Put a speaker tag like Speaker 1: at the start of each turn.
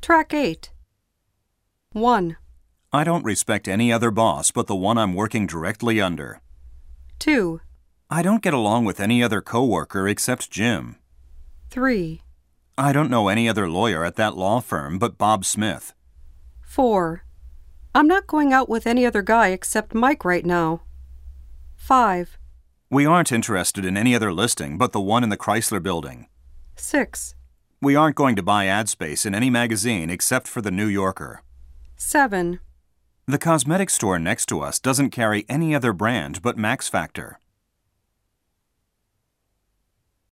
Speaker 1: Track 8. 1,
Speaker 2: I don't respect any other boss but the one I'm working directly under.
Speaker 1: 2,
Speaker 2: I don't get along with any other coworker except Jim.
Speaker 1: 3,
Speaker 2: I don't know any other lawyer at that law firm but Bob Smith.
Speaker 1: 4. I'm not going out with any other guy except Mike right now. 5,
Speaker 2: We aren't interested in any other listing but the one in the Chrysler building.
Speaker 1: 6,
Speaker 2: We aren't going to buy ad space in any magazine except for the New Yorker.
Speaker 1: 7,
Speaker 2: The cosmetic store next to us doesn't carry any other brand but Max Factor.